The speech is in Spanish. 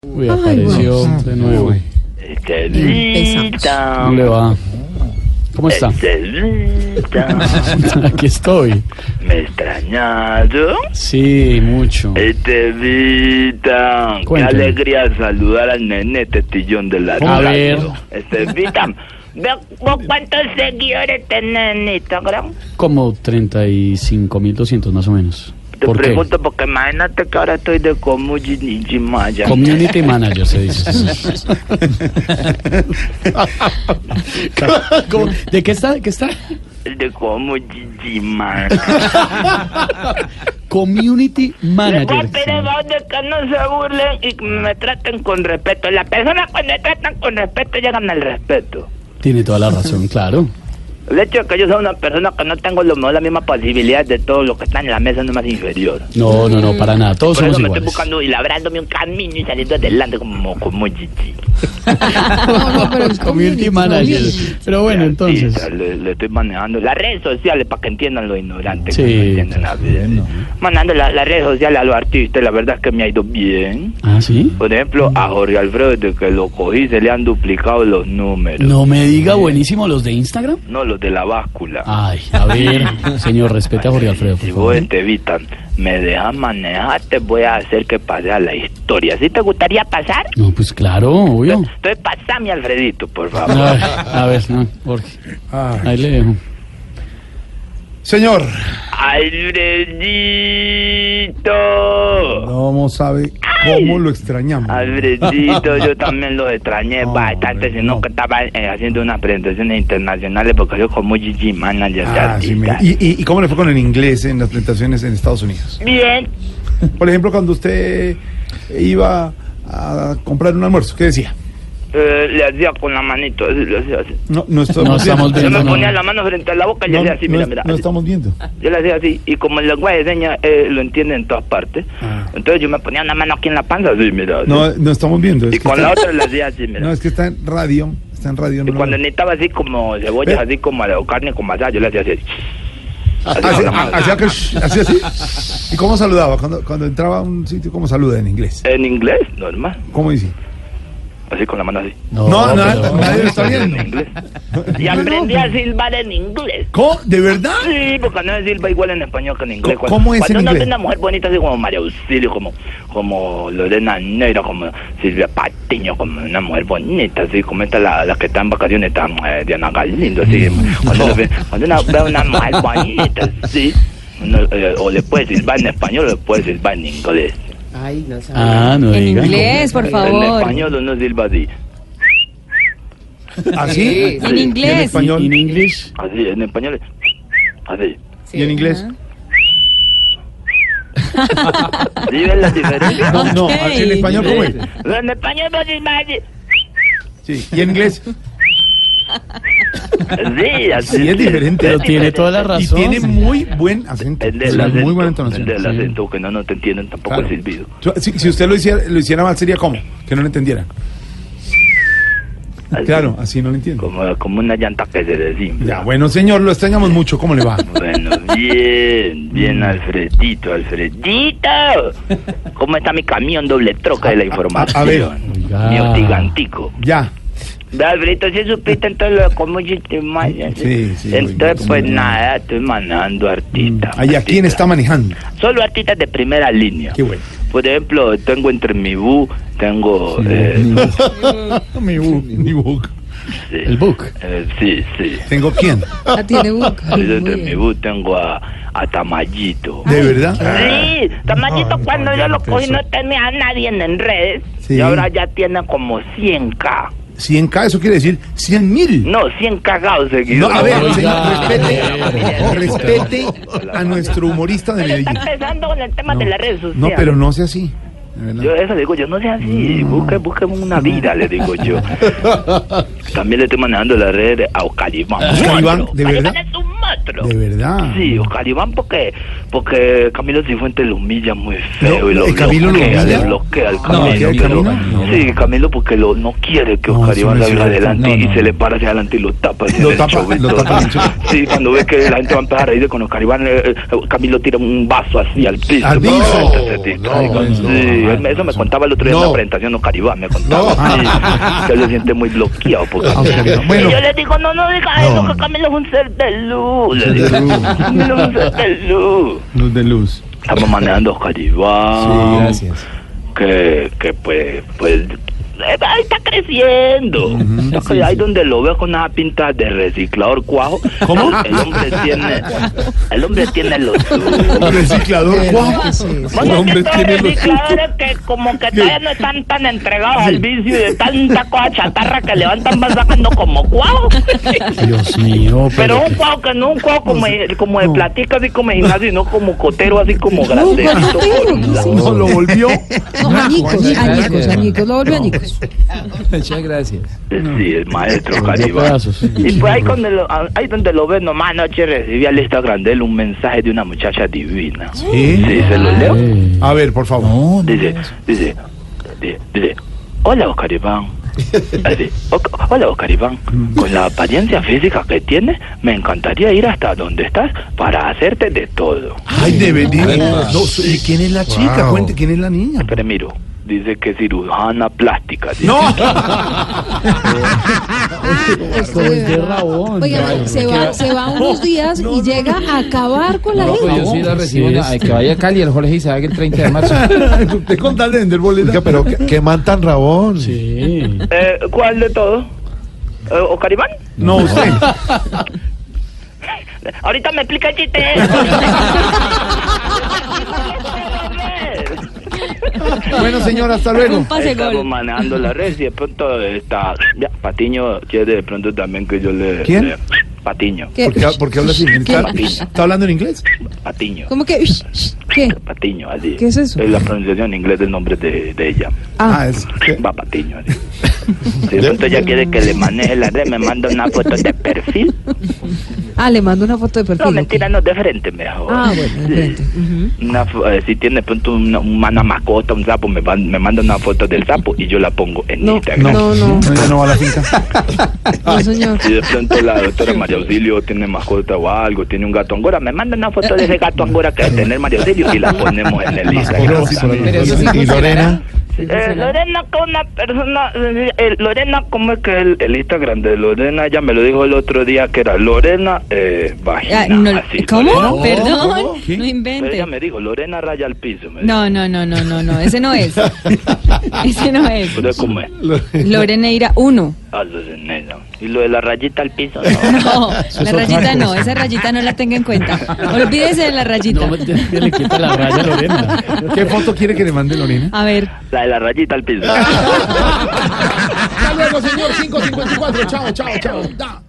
Uy, apareció de nuevo. Estelita. ¿Cómo le va? ¿Cómo está? Estelita. Aquí estoy. ¿Me he extrañado? Sí, mucho. Eh. Estelita. Qué Cuénteme. alegría saludar al nene testillón de la A ver. radio. Estelita. Ve ¿Vos cuántos seguidores tenés en Instagram? Como 35.200 más o menos. Te ¿Por qué? pregunto porque imagínate que ahora estoy de Community Maya. Community manager se dice. ¿Cómo? ¿De qué está? ¿Qué está? De Community Maya. Community Les voy manager. a pedir el favor de que no se burlen y que me traten con respeto. Las personas cuando tratan con respeto llegan al respeto. Tiene toda la razón, claro. El hecho de que yo sea una persona que no tengo lo mejor, la misma posibilidad de todo lo que está en la mesa no me hace inferior. No, no, no, para nada. Todos Por eso somos me estoy iguales. buscando y labrándome un camino y saliendo adelante como, como Gigi. no, pero Community es community, manager. community. Pero Ah, bueno, entonces. Artista, le, le estoy manejando las redes sociales para que entiendan los ignorantes. Sí, que no entienden la vida. Mandando la- las redes sociales a los artistas, la verdad es que me ha ido bien. ¿Ah, sí? Por ejemplo, a Jorge Alfredo, desde que lo cogí, se le han duplicado los números. No me diga buenísimo los de Instagram. No, los de la báscula. Ay, a ver, señor, respete a Ah, Jorge Alfredo, por Si vos favor. Estevitan me dejas manejar, te voy a hacer que pase a la historia. ¿Sí te gustaría pasar? No, pues claro, obvio. Entonces pasame, Alfredito, por A favor. ver, a ver, no, Jorge. Ah, Ahí le dejo. señor. Alfredito. No sabe cómo lo extrañamos. Alfredito, yo también lo extrañé No, bastante, hombre, sino no. que estaba eh, haciendo unas presentaciones internacionales porque yo como GG manager de Ah, sí, mire. artistas. ¿Y, y, y cómo le fue con el inglés en las presentaciones en Estados Unidos? Bien, Por ejemplo, cuando usted iba a comprar un almuerzo, ¿qué decía? eh, le hacía con la manito, así, le hacía así. No, no estamos, No estamos Yo viendo, me no, ponía no. la mano frente a la boca y le No, hacía así, no mira, es- mira. no así. estamos viendo. Yo le hacía así, y como el lenguaje de señas eh, lo entiende en todas partes, Ah. entonces yo me ponía una mano aquí en la panza, así, mira. así. No, no estamos viendo. es y que con está- la otra le hacía así, mira. No, es que está en radio. Está en radio. y no lo- cuando necesitaba así como cebollas, Ve. Ah, así como la carne con asada, yo le hacía así. Así con Hacía- la mano. ha- hacía que- hacía así. ah, ¿Y cómo saludaba? Cuando, cuando entraba a un sitio, ¿cómo saluda en inglés? En inglés, normal. ¿Cómo dice? Así con la mano así. No, No, na- pero- nadie lo está viendo. En inglés. Y aprendí a silbar en inglés. ¿Cómo? ¿De verdad? Sí, porque no se silba igual en español que en inglés. ¿Cómo- cómo es cuando en uno inglés? ve una mujer bonita así como María Auxilio, como, como Lorena Neira, como Silvia Patiño, como una mujer bonita, así como esta, la, la que está en vacaciones, está eh, Diana Galindo, así. Mm. Cuando, uno ve, cuando uno ve una mujer bonita, sí, uno, eh, o le puede silbar en español o le puede silbar en inglés. Ay, no sabe. Ah, no en diga. inglés, por En favor. español uno silba así, ¿Ah, ¿Así? En ¿Y en inglés. español? In English. así, en español, así. Sí, ¿Y en inglés? ajá. ¿Sí ven la diferencia? No, no, Ok. así en español, ¿cómo es? En español vos silbas así. Sí, y en inglés. Sí, así Sí, es diferente. Pero tiene toda la Y razón. tiene muy buen acento. El Sí, del acento, muy buena el del entonación. acento, que no, no te entienden tampoco Claro. el silbido. Yo- Si, si usted lo hiciera, lo hiciera mal, sería como que no lo entendiera. Así, Claro, así no lo entiendo. Como, como una llanta que se Ya, desinfla. bueno, señor, lo extrañamos mucho. ¿Cómo le va? Bueno, bien, Mm. bien, Alfredito, Alfredito. ¿Cómo está mi camión doble troca de la información? a ver. Ah. Mi Oiga. hostigantico. Ya. Ve, Alfredito, si supiste entonces lo de cómo hiciste mal. Sí, sí, Entonces, muy pues bien. nada, estoy manejando artista. Allá, artista. ¿quién está manejando? Solo artistas de primera línea. Qué bueno. Por ejemplo, tengo entre mi bu, tengo... eh, Mi book. Mi book. sí, El book. eh, sí, sí. ¿Tengo quién? Ah, tiene boca. Yo de Muy mi bien. bus tengo a, a Tamayito. ¿De verdad? Sí, Tamayito Ay, cuando no, yo ya lo cogí empezó. no tenía a nadie en redes Sí. y ahora ya tiene como 100k. 100K, eso quiere decir 100 mil. No, 100 cagados No, seguidos. a ver, Oiga. señor, Oiga. respete, respete a nuestro humorista de Pero está Medellín. empezando con el tema de las redes sociales. No, pero no sea así. de verdad. Yo eso le digo, yo no sé así, busque, busque una vida, le digo yo. También le estoy manejando la red a Oscar Iván. Oscar Iván, Monstruo. ¿de Oscar verdad? Iván es un 4. De verdad. Sí, Calibán porque, porque Camilo Cifuentes lo humilla muy feo No, y lo ¿eh, Camilo lo bloquea, le humilla? bloquea al No, Camilo. ¿bloquea al pero- Camilo? sí, Camilo porque lo, no quiere que No, Oscar eso Iván no es salga cierto. adelante No, y no, se no. le para hacia adelante y lo tapa. así Lo en el tapa, show, lo entonces, tapa en el show. Sí, cuando ve que la gente va a empezar a reír de con Oscar Iván, eh, eh, Camilo tira un vaso así al piso. Al piso. Entonces, sí, No, caigo, no, sí, no, Ah, él me- no, eso me no. contaba el otro día en No. la presentación Oscar Iván, me contaba. No. sí, que él se siente muy bloqueado por Ah, Oscar Iván. Bueno. Y yo le digo, no, no digas eso, que Camilo es un ser de luz. Le digo, Camilo es un ser de luz. Luz de luz. Estamos manejando a Oscar Iván, gracias. que, que pues, pues, eh, ahí está creciendo. O sea, ahí donde lo veo con una pinta de reciclador cuajo. ¿Cómo? El hombre tiene, el hombre tiene lo suyo. Un reciclador, guau. Ah, Sí, sí. Un Bueno, es que hombre estos tiene lo suyo. recicladores que como que todavía no están tan entregados al vicio y de tanta cosa chatarra que levantan van sacando como cuajo. Dios mío, pero. Pero un cuau que no un cuau como, de- como de platica, así como de gimnasio, sino como cotero, así como grandecito. cotero, con ¿qué la- es eso? No, lo volvió. No, añicos, añicos, añicos, lo volvió añicos. Muchas gracias. Sí, el maestro Volvió Caribán. pedazos. Y pues ahí donde, lo, ahí donde lo ven, nomás anoche recibí al Instagram de él un mensaje de una muchacha divina. Sí. Sí, se lo leo. Eh, A ver, por favor. No, no. Dice, dice, dice, dice, hola Oscar Iván. Así, "Oca- hola Oscar Iván, con la apariencia física que tienes, me encantaría ir hasta donde estás para hacerte de todo. Ay, de verdad. Caramba. No, ¿y ¿Quién es la chica? Wow. Cuente, ¿quién es la niña? Pero miro, dice que cirujana plástica. dice. No. Oiga, se va, se va unos días y llega a acabar con la No, pues hija. yo sí la recibo. Sí, la- es. ay, que vaya a Cali el Jorge Isaac el 30 de marzo. Te contaste de vender boletas. Oiga, pero qué, qué man tan rabón. Sí. Eh, ¿Cuál de todo? Eh, ¿Oscar Iván? No, usted. Ahorita me explica el chiste. Bueno, señora, hasta luego. Estamos manejando la red y de pronto está ya, Patiño quiere de pronto también que yo le ¿Quién? le- Patiño, ¿Qué? ¿Por qué, por qué habla así? ¿Está, ¿Qué? está hablando en inglés? Patiño, ¿Cómo que? ¿Qué? Patiño, así. ¿Qué es eso? la pronunciación en inglés del nombre de, de ella. Ah, es. Va Patiño, así. Si de pronto ella quiere que le maneje la red, me manda una foto de perfil. Ah, le mando una foto de perfil. No, ok. mentira, no, de frente mejor. Ah, bueno, de frente. Una fo- eh, si tiene de pronto una, una mascota, un sapo, me, van- me manda una foto del sapo y yo la pongo en No, Instagram. no, no, Ella no va a la finca. no, señor. Si de pronto la doctora María Auxilio tiene mascota o algo, tiene un gato angora, me manda una foto de ese gato angora que debe tener María Auxilio y la ponemos en el Instagram. Mascota, sí, por Pero eso sí Y Lorena, Eh, Lorena, que una persona, eh, eh, Lorena, ¿cómo es que el, el Instagram de Lorena? Ya me lo dijo el otro día que era Lorena eh, Vagina. Ah, no, así, ¿Cómo? Lorena- Perdón, ¿Qué? no Pero invente. ella me dijo, Lorena raya al piso. me dijo. No, no, no, no, no, no, ese no es. ese no es. Entonces, ¿cómo es? Loreneira 1. Ah, los de negro. Y lo de la rayita al piso, no. No, es la otra rayita cosa. no, esa rayita no la tenga en cuenta. Olvídese de la rayita. No, ya- ya le quita la raya a Lorena. ¿Qué foto quiere que le mande Lorena? A ver, La de la rayita al piso. Hasta luego, señor. 554. Chao, chao, chao. Da.